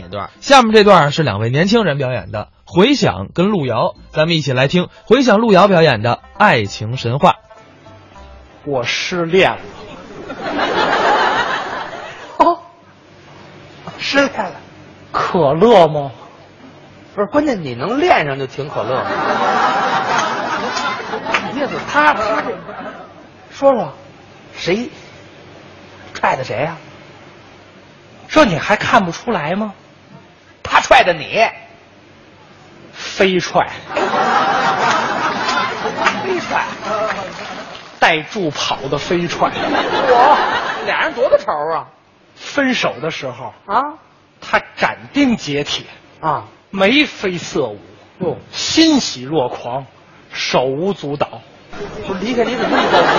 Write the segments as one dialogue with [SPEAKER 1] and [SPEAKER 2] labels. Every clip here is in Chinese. [SPEAKER 1] 哪段？
[SPEAKER 2] 下面这段是两位年轻人表演的，回响跟路遥，咱们一起来听回响路遥表演的《爱情神话》。
[SPEAKER 3] 我失恋了。
[SPEAKER 4] 哦，失恋了，
[SPEAKER 3] 可乐吗？
[SPEAKER 4] 不是，关键你能恋上就挺可 乐。你怎么他他这，
[SPEAKER 3] 说说，
[SPEAKER 4] 谁踹的谁呀、
[SPEAKER 3] 这你还看不出来吗？
[SPEAKER 4] 他踹的你，
[SPEAKER 3] 飞踹
[SPEAKER 4] 非踹。
[SPEAKER 3] 带助跑的飞踹。
[SPEAKER 4] 我俩人多大仇啊？
[SPEAKER 3] 分手的时候，
[SPEAKER 4] 啊
[SPEAKER 3] 他斩钉截铁，
[SPEAKER 4] 啊！哦
[SPEAKER 3] 眉飞色舞，
[SPEAKER 4] 哟、
[SPEAKER 3] 欣喜若狂，手舞足蹈。
[SPEAKER 4] 不是离开你怎么这么高兴？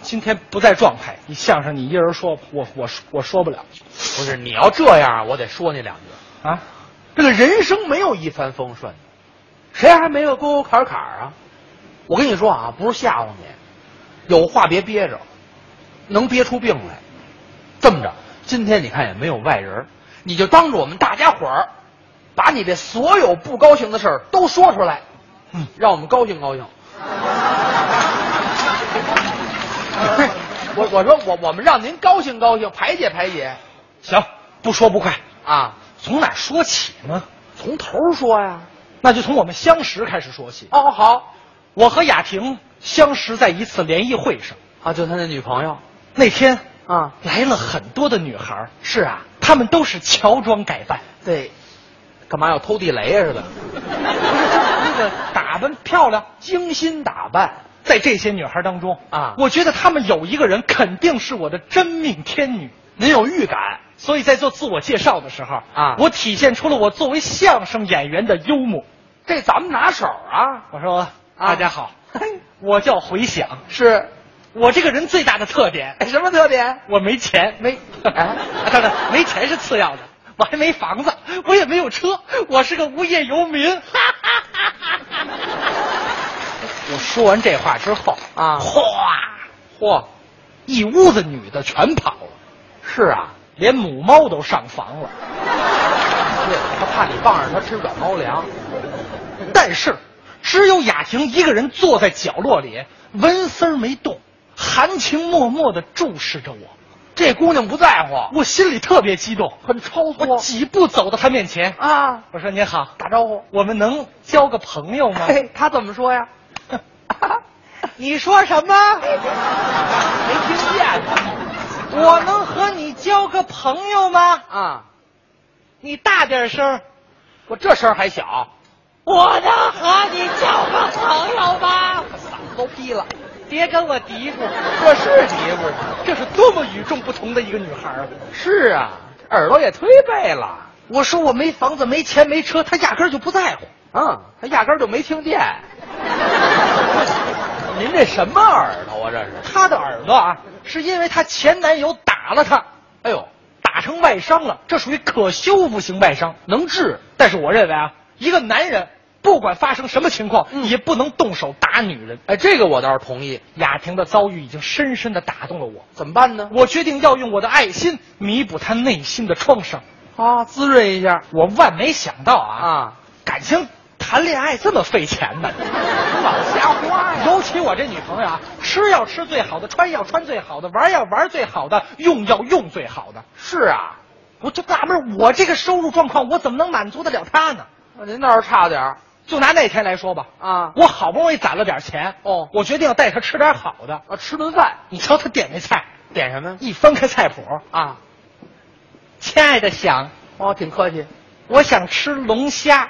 [SPEAKER 3] 今天不在状态，你相声你一人说吧，我我我说不了
[SPEAKER 4] 不是，你要这样，我得说你两句。
[SPEAKER 3] 啊。
[SPEAKER 4] 这个人生没有一帆风顺，谁还没个沟沟坎坎儿啊？我跟你说啊，不是吓唬你，有话别憋着，能憋出病来。这么着，今天你看也没有外人，你就当着我们大家伙儿，把你的所有不高兴的事儿都说出来，
[SPEAKER 3] 嗯
[SPEAKER 4] 让我们高兴高兴。 我我说我我们让您高兴高兴，排解排解
[SPEAKER 3] 行，不说不快，
[SPEAKER 4] 啊，
[SPEAKER 3] 从哪说起呢？
[SPEAKER 4] 从头儿说呀。
[SPEAKER 3] 那就从我们相识开始说起。
[SPEAKER 4] 哦，好
[SPEAKER 3] 我和雅婷相识在一次联谊会上，
[SPEAKER 4] 啊，就他那女朋友
[SPEAKER 3] 那天
[SPEAKER 4] 啊，
[SPEAKER 3] 来了很多的女孩儿，
[SPEAKER 4] 是啊，
[SPEAKER 3] 她们都是乔装改扮，
[SPEAKER 4] 对，干嘛要偷地雷啊呀、似 的？
[SPEAKER 3] 不是就是那个打扮漂亮。
[SPEAKER 4] 精心打扮，
[SPEAKER 3] 在这些女孩当中
[SPEAKER 4] 啊
[SPEAKER 3] 我觉得她们有一个人肯定是我的真命天女，
[SPEAKER 4] 您有预感？
[SPEAKER 3] 所以在做自我介绍的时候
[SPEAKER 4] 啊
[SPEAKER 3] 我体现出了我作为相声演员的幽默。
[SPEAKER 4] 这咱们拿手啊！
[SPEAKER 3] 我说、大家好，
[SPEAKER 4] 嘿，
[SPEAKER 3] 我叫回响，
[SPEAKER 4] 是
[SPEAKER 3] 我这个人最大的特点，
[SPEAKER 4] 哎什么特点？
[SPEAKER 3] 我没钱，
[SPEAKER 4] 没
[SPEAKER 3] 哎
[SPEAKER 4] 哎，
[SPEAKER 3] 当然没钱是次要的，我还没房子，我也没有车，我是个无业游民。 我说完这话之后
[SPEAKER 4] 啊
[SPEAKER 3] 哗，
[SPEAKER 4] 嚯，
[SPEAKER 3] 一屋子女的全跑了，
[SPEAKER 4] 是啊，
[SPEAKER 3] 连母猫都上房了。
[SPEAKER 4] 对，他怕你傍着他吃软猫粮。
[SPEAKER 3] 但是，只有雅婷一个人坐在角落里，纹丝儿没动，含情脉脉地注视着我。
[SPEAKER 4] 这姑娘不在乎，
[SPEAKER 3] 我心里特别激动，
[SPEAKER 4] 很超
[SPEAKER 3] 我
[SPEAKER 4] 脱
[SPEAKER 3] 几步走到她面前，
[SPEAKER 4] 啊！
[SPEAKER 3] 我说：“您好，
[SPEAKER 4] 打招呼，
[SPEAKER 3] 我们能交个朋友吗？”
[SPEAKER 4] 嘿， 哎他怎么说呀？
[SPEAKER 3] 你说什么？
[SPEAKER 4] 没听见呢
[SPEAKER 3] 我能和你交个朋友吗？
[SPEAKER 4] 啊！
[SPEAKER 3] 你大点声。
[SPEAKER 4] 我这声儿还小，
[SPEAKER 3] 我能和你交个朋友吗？
[SPEAKER 4] 嗓子都劈了。
[SPEAKER 3] 别跟我嘀咕，
[SPEAKER 4] 这是节目吗？
[SPEAKER 3] 这是多么与众不同的一个女孩啊！
[SPEAKER 4] 是啊，耳朵也忒背了。
[SPEAKER 3] 我说我没房子、没钱、没车，她压根儿就不在乎。
[SPEAKER 4] 嗯，他压根儿就没听见。您这什么耳朵啊？这是？
[SPEAKER 3] 她的耳朵啊，是因为她前男友打了她，
[SPEAKER 4] 哎呦，
[SPEAKER 3] 打成外伤了，这属于可修复型外伤。
[SPEAKER 4] 能治？
[SPEAKER 3] 但是我认为啊，一个男人不管发生什么情况，
[SPEAKER 4] 嗯
[SPEAKER 3] 也不能动手打女人。
[SPEAKER 4] 哎，这个我倒是同意。
[SPEAKER 3] 雅婷的遭遇已经深深地打动了我，
[SPEAKER 4] 怎么办呢？
[SPEAKER 3] 我决定要用我的爱心弥补她内心的创伤。
[SPEAKER 4] 啊，滋润一下
[SPEAKER 3] 我万没想到啊，
[SPEAKER 4] 啊！
[SPEAKER 3] 感情谈恋爱这么费钱 呢，
[SPEAKER 4] 老瞎花呀！
[SPEAKER 3] 尤其我这女朋友啊，吃要吃最好的，穿要穿最好的，玩要玩最好的，用要用最好的。
[SPEAKER 4] 是啊，
[SPEAKER 3] 我就纳闷，我这个收入状况，我怎么能满足得了她呢？
[SPEAKER 4] 您倒是差点儿
[SPEAKER 3] 就拿那天来说吧，
[SPEAKER 4] 啊
[SPEAKER 3] 我好不容易攒了点钱，
[SPEAKER 4] 哦
[SPEAKER 3] 我决定要带她吃点好的。
[SPEAKER 4] 啊！吃顿饭
[SPEAKER 3] 你瞧她点那菜，
[SPEAKER 4] 点什么呀？
[SPEAKER 3] 一翻开菜谱，
[SPEAKER 4] 啊，
[SPEAKER 3] 亲爱的想，
[SPEAKER 4] 哦，挺客气。
[SPEAKER 3] 我想吃龙虾。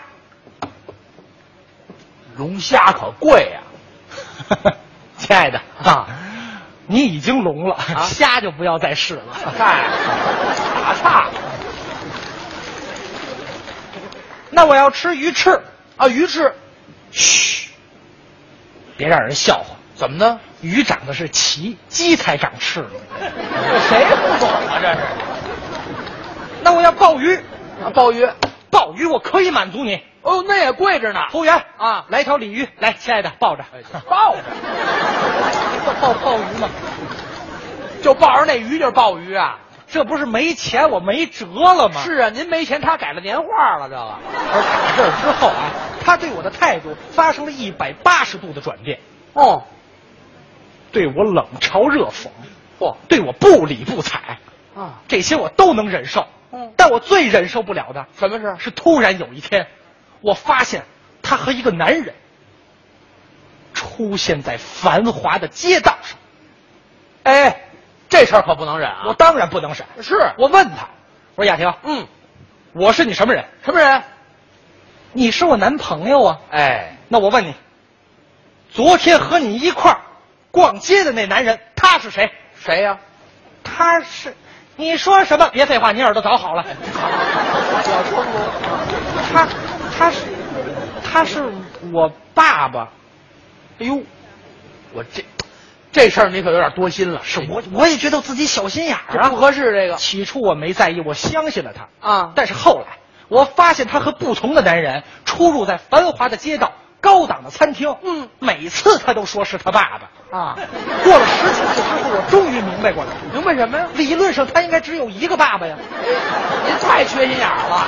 [SPEAKER 4] 龙虾可贵呀、
[SPEAKER 3] 啊亲爱的
[SPEAKER 4] 啊，
[SPEAKER 3] 你已经聋了，
[SPEAKER 4] 啊
[SPEAKER 3] 虾就不要再试了。
[SPEAKER 4] 嗨，打岔
[SPEAKER 3] 那我要吃鱼翅，
[SPEAKER 4] 啊！鱼翅
[SPEAKER 3] 嘘，别让人笑话。
[SPEAKER 4] 怎么呢？
[SPEAKER 3] 鱼长的是鳍，鸡才长翅。
[SPEAKER 4] 这谁不懂啊？这是
[SPEAKER 3] 那我要鲍鱼，
[SPEAKER 4] 啊，鲍鱼。
[SPEAKER 3] 鲍鱼我可以满足你。
[SPEAKER 4] 哦，那也贵着呢。
[SPEAKER 3] 服务员
[SPEAKER 4] 啊
[SPEAKER 3] 来一条鲤鱼，来，亲爱的，抱着
[SPEAKER 4] 哎， 抱着，
[SPEAKER 3] 抱抱鲍鱼嘛。
[SPEAKER 4] 就抱着那鱼就是鲍鱼啊！
[SPEAKER 3] 这不是没钱我没辙了吗？
[SPEAKER 4] 是啊，您没钱，他改了年画了，这个。
[SPEAKER 3] 而打这儿之后啊，他对我的态度发生了一百八十度的转变，
[SPEAKER 4] 哦，
[SPEAKER 3] 对我冷嘲热讽，
[SPEAKER 4] 嚯
[SPEAKER 3] 对我不理不睬，
[SPEAKER 4] 啊，
[SPEAKER 3] 这些我都能忍受。
[SPEAKER 4] 嗯
[SPEAKER 3] 但我最忍受不了的
[SPEAKER 4] 什么事？
[SPEAKER 3] 是突然有一天，我发现他和一个男人出现在繁华的街道上，
[SPEAKER 4] 哎，这事儿可不能忍啊！
[SPEAKER 3] 我当然不能忍。
[SPEAKER 4] 是
[SPEAKER 3] 我问他，我说雅婷，
[SPEAKER 4] 嗯，
[SPEAKER 3] 我是你什么人？
[SPEAKER 4] 什么人？
[SPEAKER 3] 你是我男朋友啊。
[SPEAKER 4] 哎，
[SPEAKER 3] 那我问你，昨天和你一块儿逛街的那男人，他是谁？
[SPEAKER 4] 谁呀、
[SPEAKER 3] 他是，你说什么？别废话，你耳朵早好了。他，他是，他是我爸爸。哎呦，
[SPEAKER 4] 我 这这事儿你可有点多心了，
[SPEAKER 3] 是我，我也觉得自己小心眼儿
[SPEAKER 4] 这不
[SPEAKER 3] 啊。
[SPEAKER 4] 合适这个
[SPEAKER 3] 起初我没在意，我相信了他。
[SPEAKER 4] 啊
[SPEAKER 3] 但是后来，我发现他和不同的男人出入在繁华的街道、高档的餐厅。
[SPEAKER 4] 嗯，
[SPEAKER 3] 每次他都说是他爸爸。
[SPEAKER 4] 啊，
[SPEAKER 3] 过了十几次之后，我终于明白过来，
[SPEAKER 4] 明白什么呀？
[SPEAKER 3] 理论上他应该只有一个爸爸呀。
[SPEAKER 4] 您太缺心眼儿了，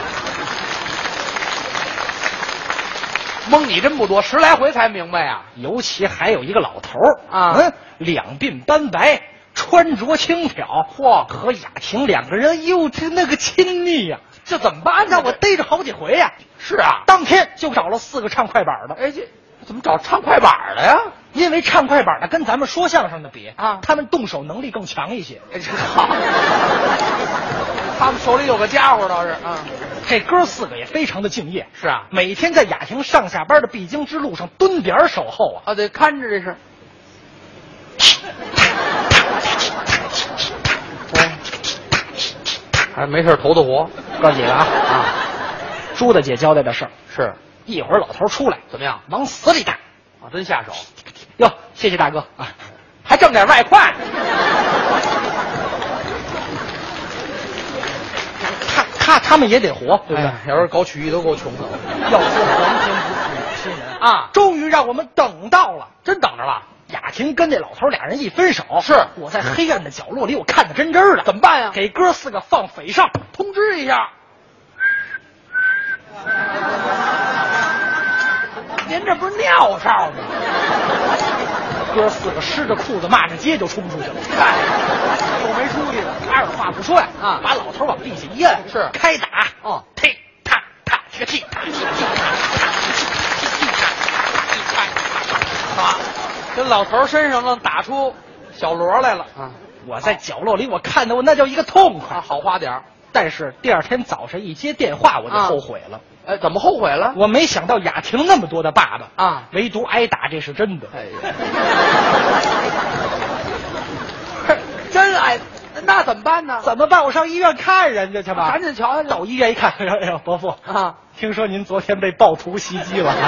[SPEAKER 4] 蒙你真不多，十来回才明白呀、
[SPEAKER 3] 尤其还有一个老头儿
[SPEAKER 4] 啊
[SPEAKER 3] 嗯，两鬓斑白，穿着轻佻，嚯，和雅婷两个人，哟，这那个亲昵呀、
[SPEAKER 4] 这怎么办呢
[SPEAKER 3] 让我逮着好几回呀、
[SPEAKER 4] 是啊，
[SPEAKER 3] 当天就找了四个唱快板的，
[SPEAKER 4] 哎这怎么找唱快板儿的呀？
[SPEAKER 3] 因为唱快板的跟咱们说相声的比
[SPEAKER 4] 啊
[SPEAKER 3] 他们动手能力更强一些。
[SPEAKER 4] 哎这好， 他们手里有个家伙倒是啊，
[SPEAKER 3] 这哥四个也非常的敬业，
[SPEAKER 4] 是啊，
[SPEAKER 3] 每天在雅婷上下班的必经之路上蹲点儿守候啊。
[SPEAKER 4] 啊得看着这是，哎还没事投投活，
[SPEAKER 3] 告诉你了啊
[SPEAKER 4] 啊，
[SPEAKER 3] 朱大姐交代的事儿，
[SPEAKER 4] 是
[SPEAKER 3] 一会儿老头出来
[SPEAKER 4] 怎么样
[SPEAKER 3] 往死里打。
[SPEAKER 4] 啊？真下手，
[SPEAKER 3] 哟，谢谢大哥啊，还挣点外快呢。他他他们也得活，对不对？
[SPEAKER 4] 哎呀要是搞曲艺都够穷的，
[SPEAKER 3] 要说皇天不负苦心人
[SPEAKER 4] 啊
[SPEAKER 3] 终于让我们等到了。
[SPEAKER 4] 真等着了，
[SPEAKER 3] 雅婷跟那老头俩人一分手，
[SPEAKER 4] 是
[SPEAKER 3] 我在黑暗的角落里，我看得真真儿的。
[SPEAKER 4] 怎么办呀
[SPEAKER 3] 给哥四个放匪哨，
[SPEAKER 4] 通知一下。您这不是尿哨吗？
[SPEAKER 3] 哥四个湿着裤子骂着街就冲出去了。
[SPEAKER 4] 嗨，又没出息了。
[SPEAKER 3] 他二话不说呀，
[SPEAKER 4] 啊
[SPEAKER 3] 把老头往地下一摁，
[SPEAKER 4] 是
[SPEAKER 3] 开打，
[SPEAKER 4] 哦
[SPEAKER 3] 踢踏踏踢个踢踏踢踢踏踏踢踢踢踏踏踢踏
[SPEAKER 4] 啊，跟老头身上能打出小锣来了啊！
[SPEAKER 3] 我在角落里，我看得我那叫一个痛快。
[SPEAKER 4] 啊，好花点儿。
[SPEAKER 3] 但是第二天早晨一接电话，我就
[SPEAKER 4] 啊
[SPEAKER 3] 后悔了。
[SPEAKER 4] 哎，怎么后悔了？
[SPEAKER 3] 我没想到雅婷那么多的爸爸
[SPEAKER 4] 啊
[SPEAKER 3] 唯独挨打这是真的。
[SPEAKER 4] 哎呀，真哎，那怎么办呢？
[SPEAKER 3] 怎么办？我上医院看人家去吧。
[SPEAKER 4] 赶紧瞧瞧去
[SPEAKER 3] 到医院一看， 哎呀，伯父
[SPEAKER 4] 啊，
[SPEAKER 3] 听说您昨天被暴徒袭击 了啊？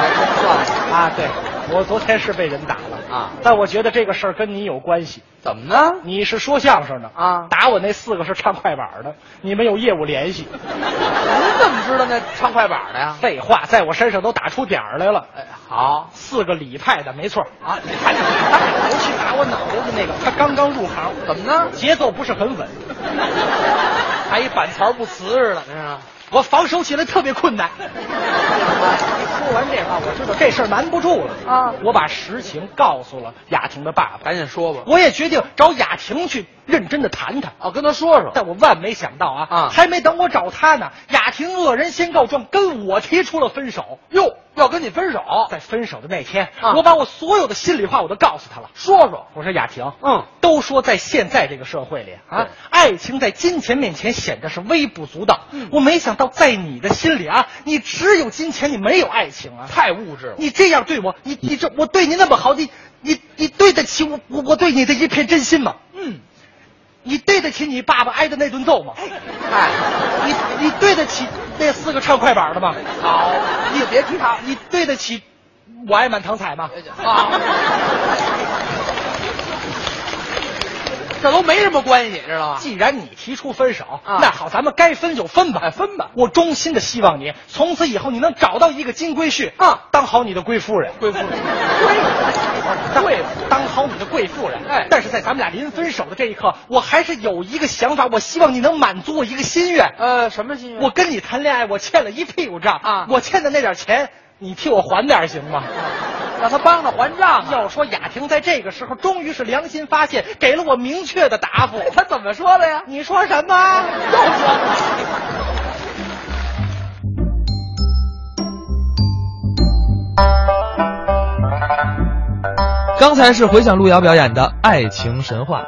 [SPEAKER 3] 啊，对，我昨天是被人打了
[SPEAKER 4] 啊
[SPEAKER 3] 但我觉得这个事儿跟你有关系。
[SPEAKER 4] 怎么呢？
[SPEAKER 3] 你是说相声的
[SPEAKER 4] 啊
[SPEAKER 3] 打我那四个是唱快板的，你们有业务联系。
[SPEAKER 4] 您怎么知道那唱快板的呀？
[SPEAKER 3] 废话，在我身上都打出点儿来了。
[SPEAKER 4] 哎，好
[SPEAKER 3] 四个李派的，没错儿
[SPEAKER 4] 啊，
[SPEAKER 3] 你看这李派的，尤其打我脑袋的那个，他刚刚入行，
[SPEAKER 4] 怎么呢？
[SPEAKER 3] 节奏不是很稳，
[SPEAKER 4] 还一板槽不瓷似的，是吧？
[SPEAKER 3] 我防守起来特别困 难。说完这话，我知道这事儿瞒不住了
[SPEAKER 4] 啊
[SPEAKER 3] 我把实情告诉了雅婷的爸爸，
[SPEAKER 4] 赶紧说吧。
[SPEAKER 3] 我也决定找雅婷去认真的谈谈。
[SPEAKER 4] 哦，跟他说说。
[SPEAKER 3] 但我万没想到啊，
[SPEAKER 4] 啊
[SPEAKER 3] 还没等我找他呢，雅婷恶人先告状，跟我提出了分手。
[SPEAKER 4] 哟，要跟你分手，
[SPEAKER 3] 在分手的那天，
[SPEAKER 4] 啊
[SPEAKER 3] 我把我所有的心里话我都告诉他了。
[SPEAKER 4] 说说。
[SPEAKER 3] 我说雅婷，
[SPEAKER 4] 嗯，
[SPEAKER 3] 都说在现在这个社会里啊
[SPEAKER 4] 对，
[SPEAKER 3] 爱情在金钱面前显得是微不足道。
[SPEAKER 4] 嗯
[SPEAKER 3] 我没想到在你的心里啊，你只有金钱，你没有爱情啊。
[SPEAKER 4] 太物质了。
[SPEAKER 3] 你这样对我，你你这我对你那么好，你你你对得起我我我对你的一片真心吗？
[SPEAKER 4] 嗯，
[SPEAKER 3] 你对得起你爸爸挨的那顿揍吗？
[SPEAKER 4] 哎，
[SPEAKER 3] 你你对得起那四个唱快板的吗？
[SPEAKER 4] 好，你别提他。
[SPEAKER 3] 你对得起我爱
[SPEAKER 4] 哎
[SPEAKER 3] 满堂彩吗？
[SPEAKER 4] 好，这都没什么关系，知道吗？
[SPEAKER 3] 既然你提出分手，
[SPEAKER 4] 啊
[SPEAKER 3] 那好，咱们该分就分吧，
[SPEAKER 4] 哎分吧
[SPEAKER 3] 我衷心的希望你从此以后你能找到一个金龟婿
[SPEAKER 4] 啊
[SPEAKER 3] 当好你的贵夫人，
[SPEAKER 4] 贵妇人
[SPEAKER 3] 贵贵当好你的贵夫人。
[SPEAKER 4] 哎
[SPEAKER 3] 但是在咱们俩临分手的这一刻，我还是有一个想法，我希望你能满足我一个心愿。
[SPEAKER 4] 呃，什么心愿？
[SPEAKER 3] 我跟你谈恋爱，我欠了一屁股账
[SPEAKER 4] 啊
[SPEAKER 3] 我欠的那点钱，你替我还点儿行吗？
[SPEAKER 4] 让他帮着还账啊。
[SPEAKER 3] 要说雅婷在这个时候终于是良心发现，给了我明确的答复。
[SPEAKER 4] 他怎么说的呀？
[SPEAKER 3] 你说什么？又说
[SPEAKER 2] 刚才是回响路遥表演的《爱情神话》。